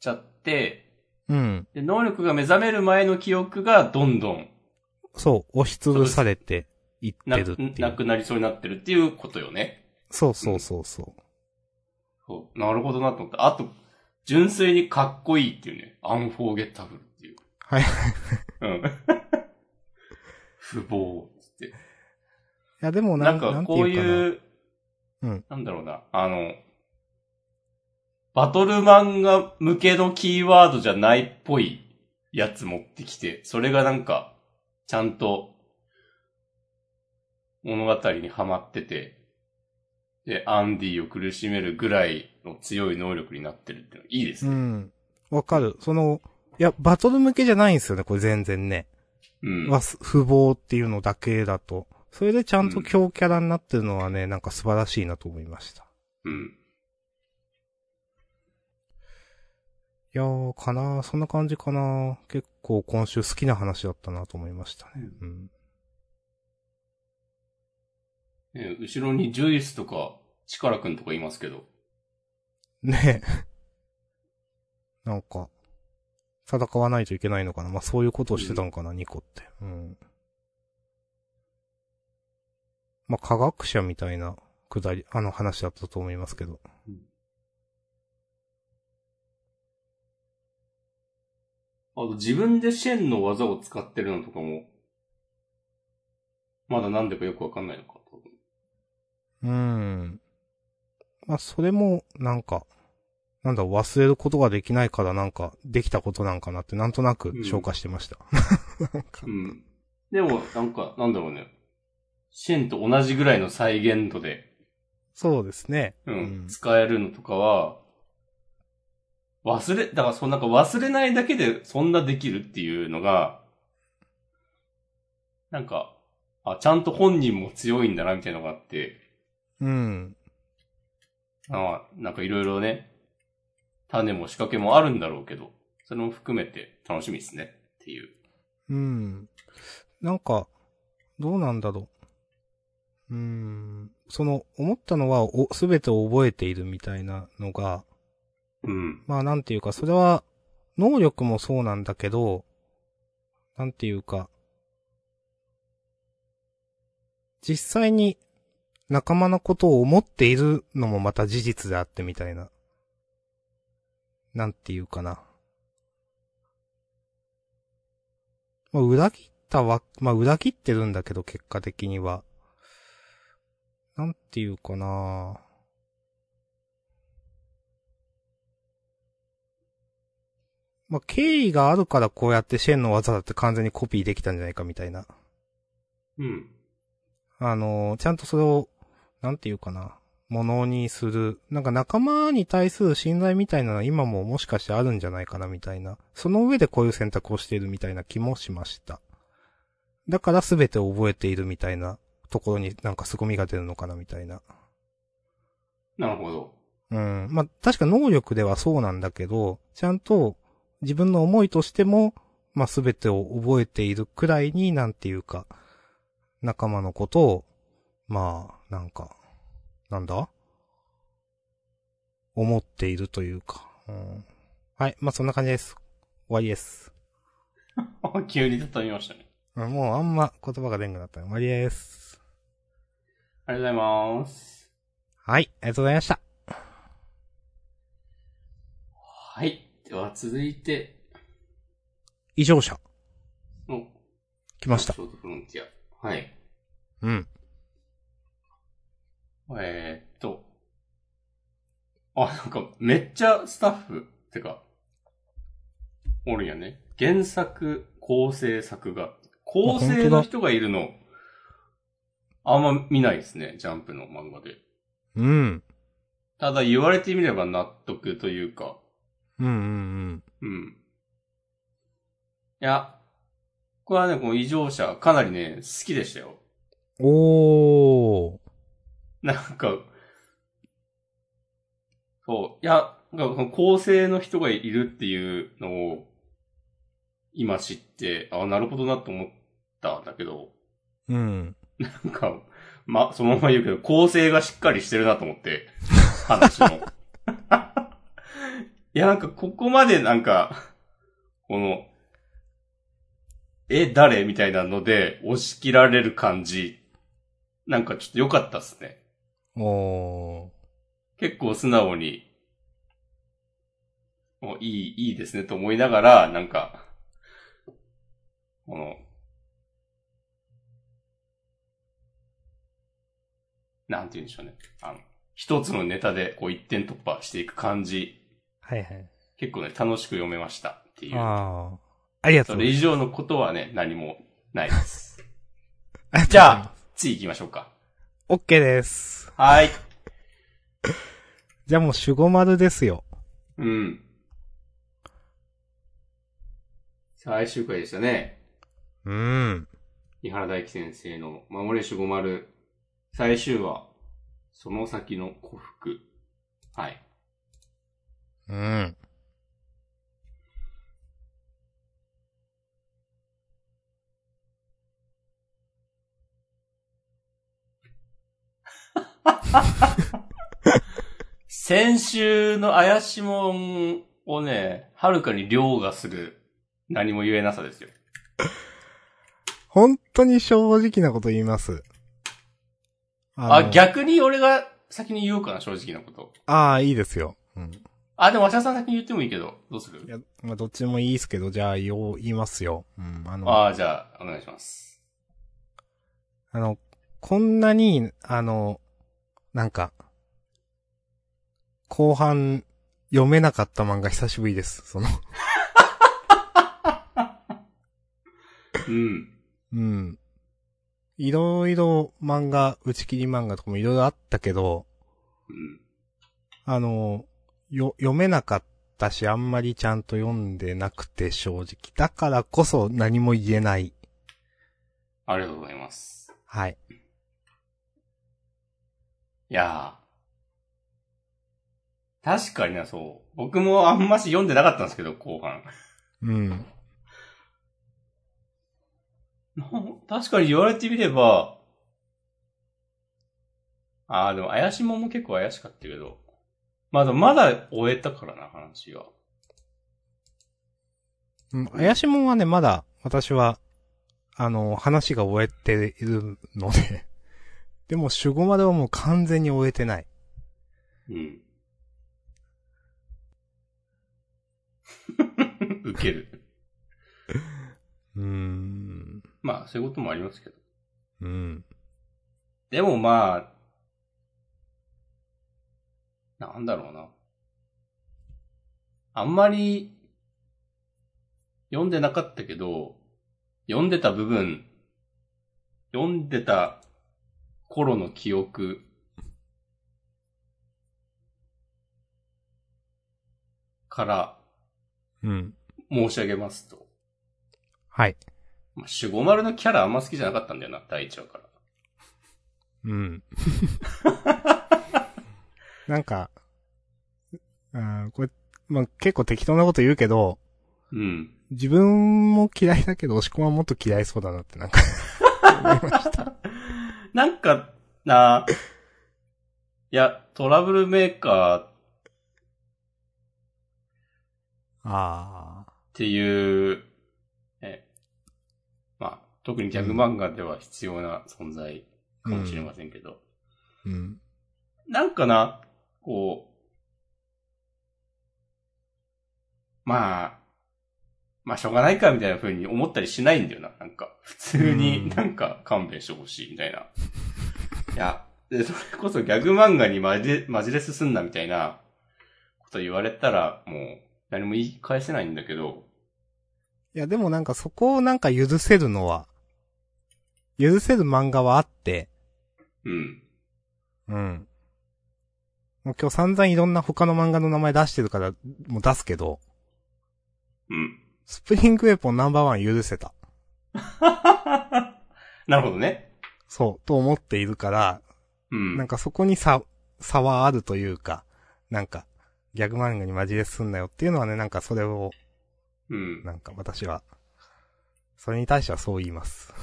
ちゃって、うん。で、能力が目覚める前の記憶がどんどんそう、押しつぶされていってなるっていなう。くなりそうになってるっていうことよね。そうそうそうそう。そう。なるほどなと思った。あと、純粋にかっこいいっていうね。アンフォーゲッタブルっていう。はい。いうん。 不謀っつって。や、でもな、なんんなかんてこういういかな。う、うんなんだろうな、あの、バトル漫画向けのキーワードじゃないっぽいやつ持ってきて、それがなんか、ちゃんと物語にはまってて、で、アンディを苦しめるぐらいの強い能力になってるっていうのいいですうね。ん。わかる。その、いや、バトル向けじゃないんですよね、これ全然ね。うん。は、不謀っていうのだけだと。それでちゃんと強キャラになってるのはね、なんか素晴らしいなと思いました。うん。いやー、かなーそんな感じかなー結構今週好きな話だったなと思いましたね。うん。ね後ろにジュイスとか、チカラくんとかいますけど。ね え。なんか、戦わないといけないのかなまあ、そういうことをしてたのかな、ニコって。うん。まあ、科学者みたいなくだり、あの話だったと思いますけど。あと自分でシェンの技を使ってるのとかも、まだなんでかよくわかんないのか。多分うん。まあ、それも、なんか、なんだろう、忘れることができないからなんか、できたことなんかなって、なんとなく消化してました。なんかうん。でも、なんか、なんだろうね。シェンと同じぐらいの再現度で、そうですね。うん、うん使えるのとかは、忘れ、だからそうなんか忘れないだけでそんなできるっていうのが、なんか、あ、ちゃんと本人も強いんだな、みたいなのがあって、うん。ああ、なんかいろいろね、種も仕掛けもあるんだろうけど、それも含めて楽しみですね、っていう。うん。なんか、どうなんだろう。うーん。その、思ったのは、お、すべてを覚えているみたいなのが、うん。まあなんていうか、それは、能力もそうなんだけど、なんていうか、実際に仲間のことを思っているのもまた事実であってみたいな。なんていうかな。まあ裏切ったわ、まあ裏切ってるんだけど結果的には。なんていうかなまあ、敬意があるからこうやってシェンの技だって完全にコピーできたんじゃないかみたいな。うん。あのー、ちゃんとそれを、なんていうかな、ものにする。なんか仲間に対する信頼みたいなのは今ももしかしてあるんじゃないかなみたいな。その上でこういう選択をしているみたいな気もしました。だから全てを覚えているみたいなところになんか凄みが出るのかなみたいな。なるほど。うん。まあ、確か能力ではそうなんだけど、ちゃんと自分の思いとしても、まあ、すべてを覚えているくらいに、なんていうか、仲間のことを、まあ、なんか、なんだ思っているというか。うん、はい。まあ、そんな感じです。終わりです。あ急に畳みましたね。うんもうあんま言葉が出んくなったら終わりです。ありがとうございます。はい。ありがとうございました。はい。では続いて、異常者。の、来ましたシ。ョートフロンティア。はい。うん。えー、っと。あ、なんか、めっちゃスタッフ、てか、おるんやね。原作、構成作画。構成の人がいるの、あんま見ないですね、ジャンプの漫画で。うん。ただ言われてみれば納得というか、うんうんうん。うん。いや、これはね、この異常者、かなりね、好きでしたよ。おー。なんか、そう、いや、なんかこの構成の人がいるっていうのを、今知って、あなるほどなと思ったんだけど、うん。なんか、ま、そのまま言うけど、構成がしっかりしてるなと思って、話の。いや、なんかここまでなんか、この、え、誰みたいなので、押し切られる感じ、なんかちょっと良かったっすね。おー。結構素直に、もういい、いいですねと思いながら、なんか、この、なんて言うんでしょうね。あの、一つのネタでこう一点突破していく感じ、はいはい。結構ね、楽しく読めましたっていう。ああ。ありがとそうれ以上のことはね、何もないです。ありがとうございま す。じゃあ、次行きましょうか。オッケーです。はい。じゃあもう守護丸ですよ。うん。最終回でしたね。うん。三原大樹先生の守れ守護丸、最終話、その先の幸福。はい。うん。先週の怪しもんをね、はるかに凌駕する何も言えなさですよ。本当に正直なこと言います。あ、の逆に俺が先に言おうかな、正直なこと。ああ、いいですよ。うん。あ、でも、わしゃさん先に言ってもいいけど、どうするいや、まあ、どっちでもいいですけど、じゃあ、よう言いますよ。うん。あの、あああ、じゃあ、お願いします。の、こんなに、あの、なんか、後半、読めなかった漫画久しぶりです。その、うん。うん。いろいろ漫画、打ち切り漫画とかもいろいろあったけど、うん。あの、よ、読めなかったし、あんまりちゃんと読んでなくて正直。だからこそ何も言えない。ありがとうございます。はい。いやー。確かにな、そう。僕もあんまし読んでなかったんですけど、後半。うん。なん 確かに言われてみれば、ああ、でも怪しもんも結構怪しかったけど。まあでもまだ終えたからな、話が。うん怪しもんはね、まだ、私は、あの、話が終えているので、 でも、守護まではもう完全に終えてない。うん。 受ける。うーん。まあ、そういうこともありますけど。うん。でもまあ、なんだろうな。あんまり、読んでなかったけど、読んでた部分、読んでた頃の記憶、からうん。申し上げますと。はい。まあ、守護丸のキャラあんま好きじゃなかったんだよな、第一話から。うん。なんか、うん、これ、まあ、結構適当なこと言うけど、うん。自分も嫌いだけど、押し込まんもっと嫌いそうだなってなんか思いました。 なんか、な、いや、トラブルメーカーっああ。ていう、ね、まあ、特にギャグ漫画では必要な存在かもしれませんけど、うん。なんかな、こう、まあ、まあ、しょうがないかみたいな風に思ったりしないんだよな。なんか、普通うんになんか勘弁してほしいみたいな。いや、で、それこそギャグ漫画にマジで、マジレスすんなみたいなこと言われたら、もう何も言い返せないんだけど、いや、でもなんかそこをなんか許せるのは、許せる漫画はあって、うん。うん。もう今日散々いろんな他の漫画の名前出してるから、もう出すけど、 うん。スプリングウェポンナンバーワン許せた。なるほどね。そう、と思っているから、うん。なんかそこに差、差はあるというか、なんか、ギャグ漫画にマジレスすんなよっていうのはね、なんかそれを、うん。なんか私は、それに対してはそう言います。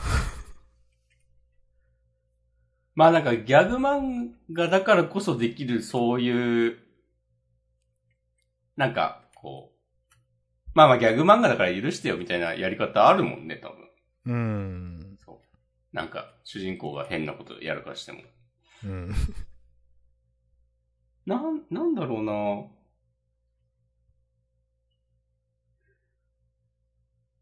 まあなんかギャグ漫画だからこそできるそういう、なんか、こう、まあまあギャグ漫画だから許してよみたいなやり方あるもんね、多分。うーん。そう。なんか、主人公が変なことやるかしても。うん。なん、なんだろうな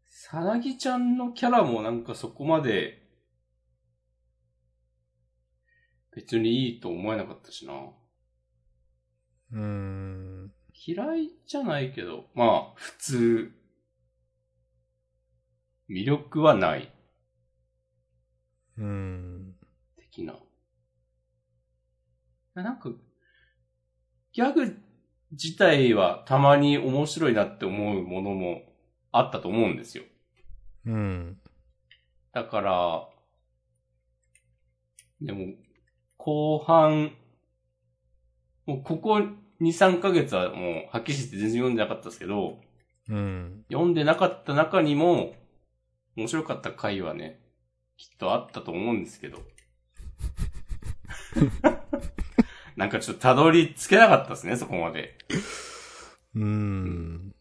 さなぎちゃんのキャラもなんかそこまで、別にいいと思えなかったしな。うーん。嫌いじゃないけど、まあ、普通。魅力はない、うーん。的な。なんか、ギャグ自体はたまに面白いなって思うものもあったと思うんですよ。うん。だから、でも、後半、もうここ2、3ヶ月はもう、はっきりして全然読んでなかったですけど、うん。読んでなかった中にも、面白かった回はね、きっとあったと思うんですけど。 なんかちょっとたどり着けなかったですね、そこまで。うーん。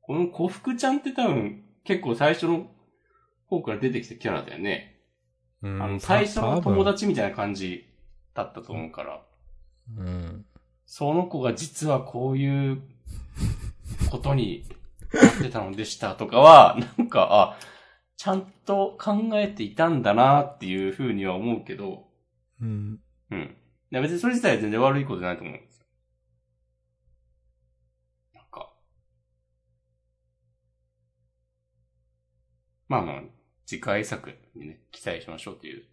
この小福ちゃんって多分、結構最初の方から出てきたキャラだよね。うんあの、最初の友。た達みたいな感じだったと思うから。多分うん。その子が実はこういうことになってたのでしたとかは、 なんか、あ、ちゃんと考えていたんだなっていうふうには思うけど、うん。うん。いや別にそれ自体は全然悪いことじゃないと思うんですよ。なんか。まあまあ、次回作にね、期待しましょうという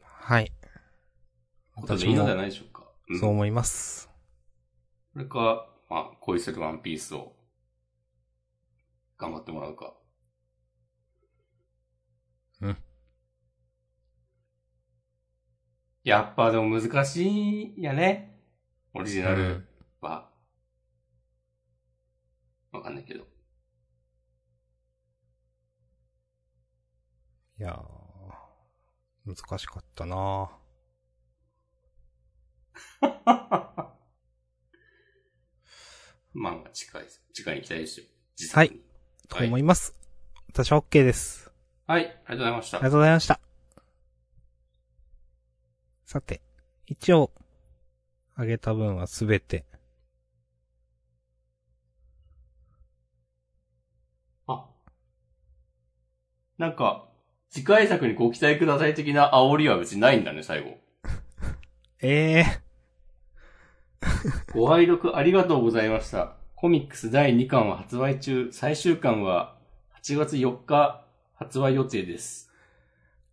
はい。こと私でいいのもではないでしょうか。んそう思います。それか、まあ、恋するワンピースを、頑張ってもらうか。うん。やっぱでも難しいんやね。オリジナルは。わ、かんないけど。 いやー、難しかったなまあまあ近いです、近いに期待ですよ。実はいに。とはい。思います。私は OK です。はい、ありがとうございましたありが。とうございました。さて、一応、あげた分はすべて、あ。なんか、次回作にご期待ください的な煽りは別にないんだね、最後。ええご愛読ありがとうございました。コミックス第2巻は発売中、最終巻は8月4日発売予定です。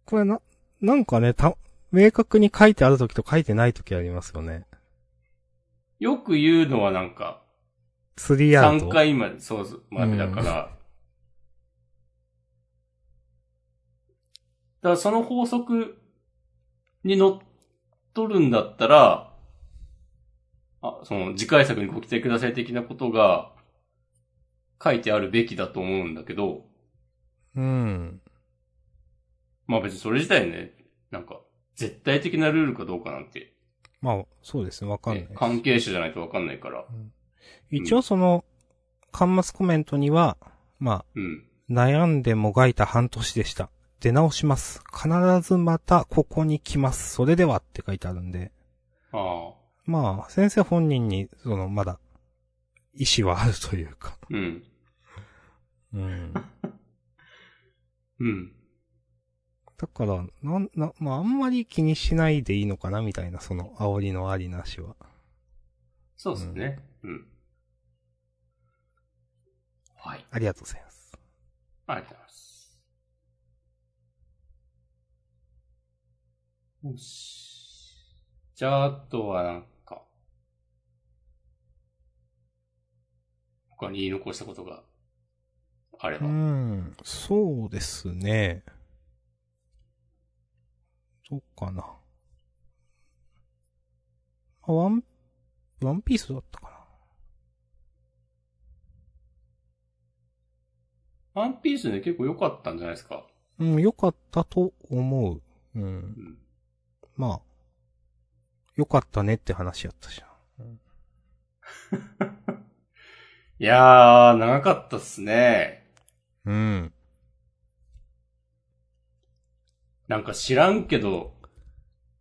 これな、なんかね、た、明確に書いてある時と書いてない時ありますよね。よく言うのはなんか、スリーアウト。 3回まで、そうそう、までだから、だからその法則にのっとるんだったら、あ、その次回作にご期待ください的なことが書いてあるべきだと思うんだけど、うん。まあ別にそれ自体ね、なんか、絶対的なルールかどうかなんて、まあ、そうですね、わかんないねです。関係者じゃないとわかんないから。一応その、端末コメントには、まうん。あ、悩んでもがいた半年でした。出直します。必ずまたここに来ます。それではって書いてあるんで。ああ。まあ、先生本人に、その、まだ、意思はあるというか。うん。うん。うん。だから、なん、な、まあ、あんまり気にしないでいいのかな、みたいな、その、煽りのありなしは。そうですね。うん。はい。ありがとうございます。ありがとうございます。よし。じゃあ、あとはなんか、他に言い残したことがあれうば。ん、そうですね。どうかな。あ、ワン、ワンピースだったかワンピースね、結構良かったんじゃないですか。な。うん、良かったと思う。うんう。ん。まあ、良かったねって話やったしな。いやー、長かったっすね。うん。なんか知らんけど、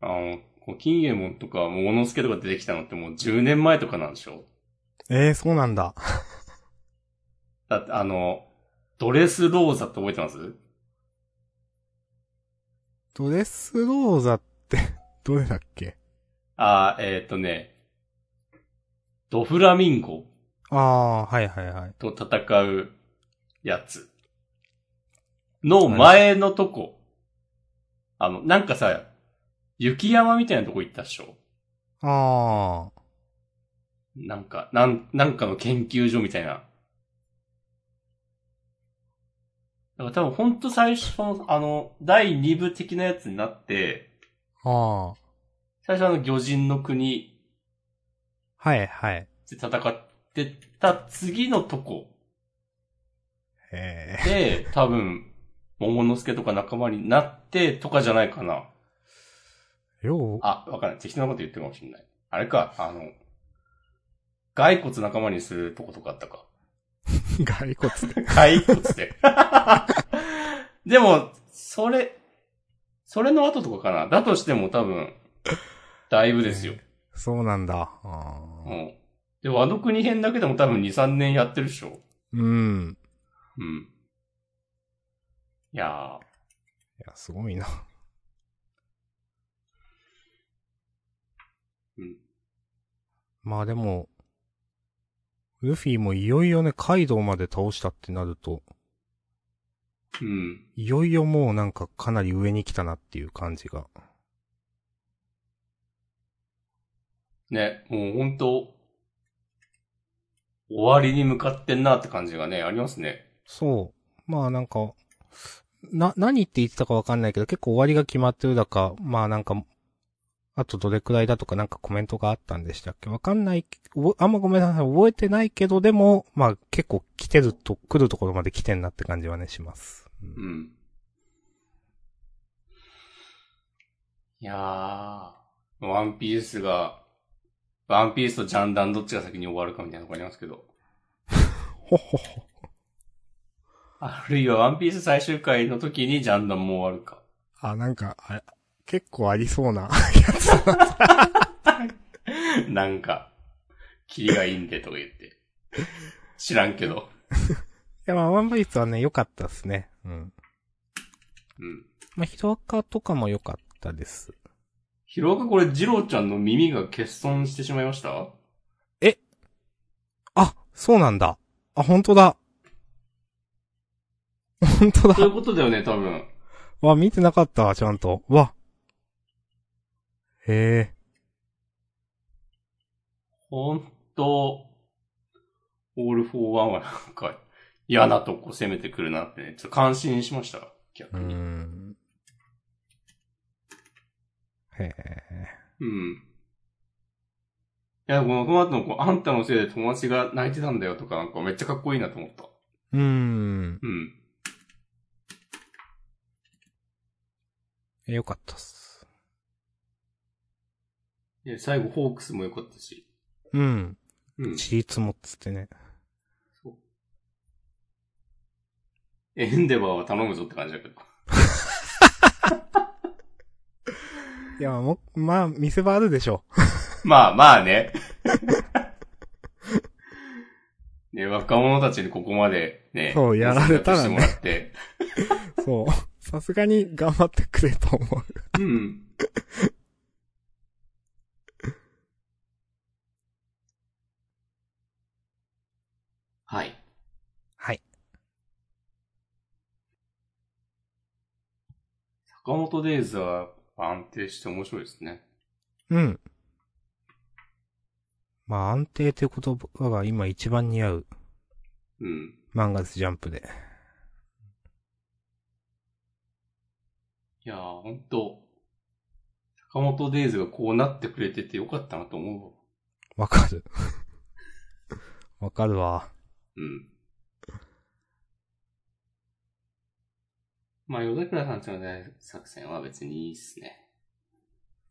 あの、こう金右衛門とか、ものすけとか出てきたのってもう10年前とかなんでしょええそうなんだ。だって、あの、ドレスローザって覚えてますドレスローザって、 どれだっけあーえっ、とね、ドフラミンゴああー、はいはいはい。と戦うやつの前のとこ。あの、なんかさ、雪山みたいなとこ行ったっしょああ、なんか、なん、なんかの研究所みたいな。だから多分ほんと最初の、あの、第2部的なやつになって、ああ、最初あの魚人の国はいはい。で戦ってた次のとこええで、多分、桃之助とか仲間になってとかじゃないかな。よう、あ、わかんない。適当なこと言ってるかもしれない。あれか、あの、骸骨仲間にするとことかあったか。骸骨。骸骨で。 でも、それ、それの後とかかな。だとしても多分、だいぶですよ。そうなんだ。あうーん。で、和の国編だけでも多分2、3年やってるでしょ。うん。うん。いやいや、すごいな。うんまあでも、ルフィもいよいよね、カイドウまで倒したってなると、ー、うん。いよいよもうなんかかなり上に来たなっていう感じが。ね、もう本当終わりに向かってんなって感じがね、ありますね。そう。まあなんか、な、何って言ってたかわかんないけど、結構終わりが決まってるだか、まあなんか、あとどれくらいだとかなんかコメントがあったんでしたっけわかんない、おあんまごめんなさい、覚えてないけど、でも、まあ結構来てると、来るところまで来てんなって感じはね、します。うんうん。いやー、ワンピースが、ワンピースとジャンダンどっちが先に終わるかみたいなとこありますけど。ほっほっほ。あるいはワンピース最終回の時にジャンダンも終わるか。あ、なんか、あれ、結構ありそう な。 なんか、キリがいいんでとか言って。知らんけど。いや、まあ、ワンピースはね、良かったですね。うん。うん。まあ、ヒロアカとかも良かったです。ヒロアカこれ、ジローちゃんの耳が欠損してしまいました あ、そうなんだ。あ、本当だ。本当そういだ。うことだよね、多分。わ、見てなかったわ、ちゃんと。わ。へえ。ほんと、オール・フォー・ワンはなんか、嫌なとこ攻めてくるなってね、ちょっと感心しました、う逆ーに。ん。へえ。うん。いや、このこの後のこう、あんたのせいで友達が泣いてたんだよとか、なんかめっちゃかっこいいなと思った。うーん。うん。えよかったっす。で、最後、ホークスも良かったし。うん。うん。チリツモっつってね。エンデバーは頼むぞって感じだけど。いや、もう、まあ、見せ場あるでしょ。 まあまあ ね。ね、若者たちにここまでね、そうやられたら選ね択してもらって。 そう。さすがに頑張ってくれと思う。うん。はい。はい。坂本デイズは安定して面白いですね。うん。まあ、安定って言葉が今一番似合ううん。漫画です、ジャンプで。いやー、ほんと、坂本デイズがこうなってくれててよかったなと思うわ。わかる。 わかるわ。うん。まあ、夜桜さんちの大作戦は別にいいっすね。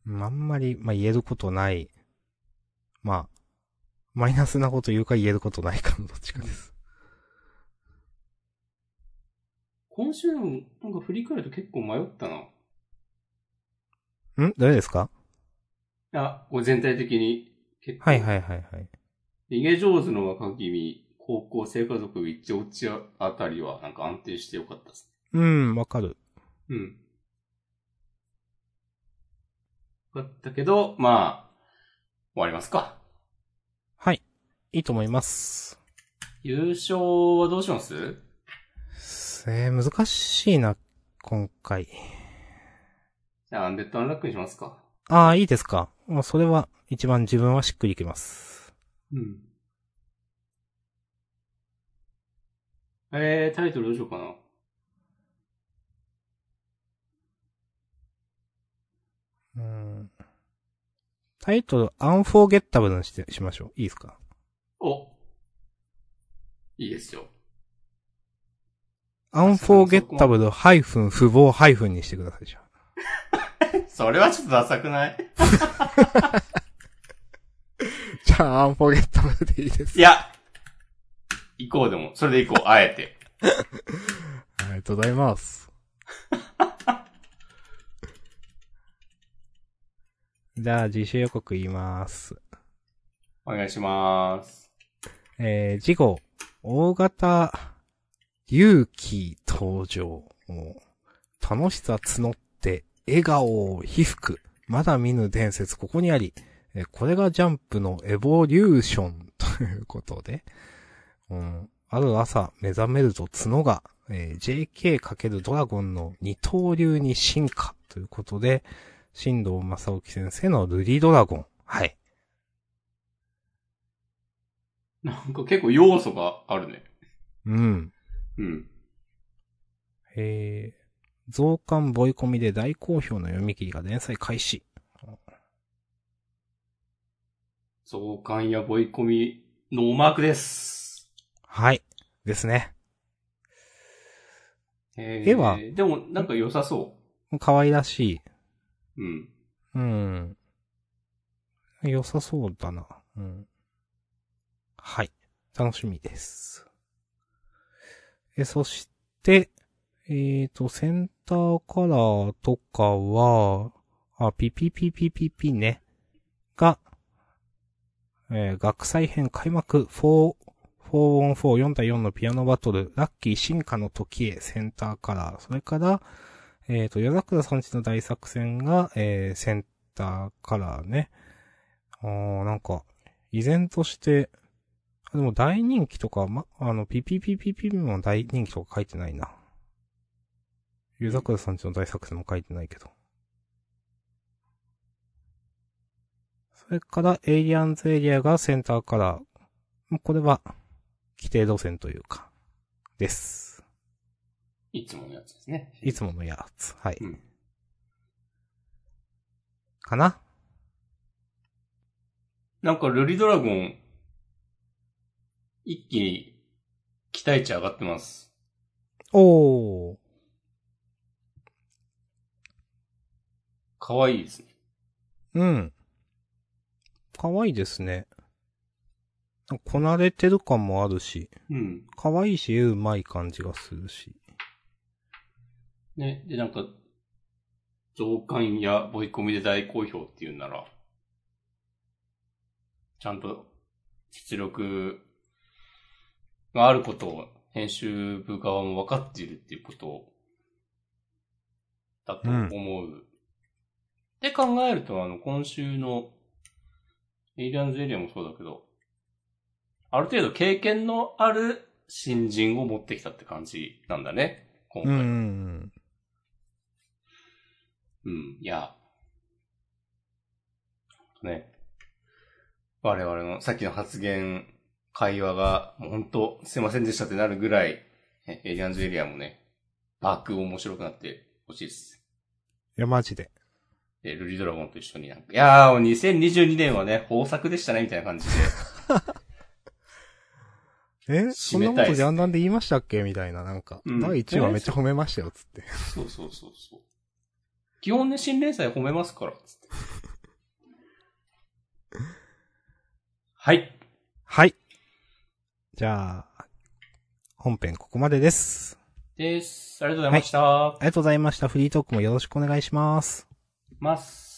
うんあんまり、まあ、言えることない。まあ、マイナスなこと言うか言えることないかのど っちかです。今週のなんか振り返ると結構迷ったな。ん誰ですかあ、こう全体的に結構。はいはいはいはい。逃げ上手の若君、高校生家族一落ちあたりはなんか安定してよかったっすうん、わかる。ね。うん。よかったけど、まあ、終わりますか。はい。いいと思います。優勝はどうしますえー、難しいな、今回。じゃあ、アンデッドアンラックにしますか。ああ、いいですか。もうそれは、一番自分はしっくりいきます。うん。えー、タイトルどうしようかな。うんタイトル、アンフォーゲッタブルにして、しましょう。いいですかおいいですよ。アンフォーゲッタブルハイフン、不謀ハイフンにしてください、じゃあそれはちょっとダサくないじゃあ、アンフォーゲッタブルでいいです。いや行こうでも。それで行こう、あえて。ありがとうございます。 じゃあ、自主予告言います。お願いします。えー、事後、大型、勇気登場。もう楽しさ募って、笑顔を被服。まだ見ぬ伝説、ここにあり。えーこれがジャンプのエボリューションということで。うん、ある朝、目覚めると角が、えー JK× ドラゴンの二刀流に進化。ということで、新藤正興先生のルリドラゴン。はい。なんか結構要素があるね。うん。うん。えー、増刊ボイコミで大好評の読み切りが連載開始。増刊やボイコミ、ノーマークです。はい。ですね。え絵はでも、なんか良さそ可愛らしう。うん。い。うん。良さそうだな。うん。はい。楽しみです。え、そして、えっ、と、センターカラーとかは、あ、ピピピピピピね。が、えー学祭編開幕 4on44 対4のピアノバトル、ラッキー進化の時へセンターカラー。それから、えっ、と、夜桜さんちの大作戦が、えーセンターカラーね。あーなんか、依然として、あでも大人気とか、ま、あの、ピピピピピも大人気とか書いてないな。夜桜さんちの大作戦も書いてないけど。それから、エイリアンズエリアがセンターカラー。もうこれは、規定路線というか、です。いつものやつですね。いつものやつ。はい。うんかななんか、ルリドラゴン、一気に、期待値上がってます。おー。可愛いですね。うん。可愛いですね。なんかこなれてる感もあるし、うん。可愛いし、絵うまい感じがするし。ね、で、なんか、増刊やボイコミで大好評っていうんなら、ちゃんと実力があることを編集部側も分かっているっていうことだと思う。で考えると、あの、今週のエイリアンズエリアもそうだけど、ある程度経験のある新人を持ってきたって感じなんだね、今う回。んうんうん。うん、いや。ね。我々のさっきの発言、会話が、もう本当すいませんでしたってなるぐらい、ねエイリアンズエリアもね、爆面白くなってほしいです。いや、マジで。で、ルリドラゴンと一緒になんか、いやー、2022年はね、豊作でしたね、みたいな感じで。えそ締んめなたいこっすねとジャンダンで言いましたっけみたいな、なんか。うん第1話めっちゃ褒めましたよ、つって。そうそうそうそう。基本ね、新連載褒めますから、つって。はい。はい。じゃあ、本編ここまでです。です。ありがとうございました。ありがとうございました。フリートークもよろしくお願いします。ます。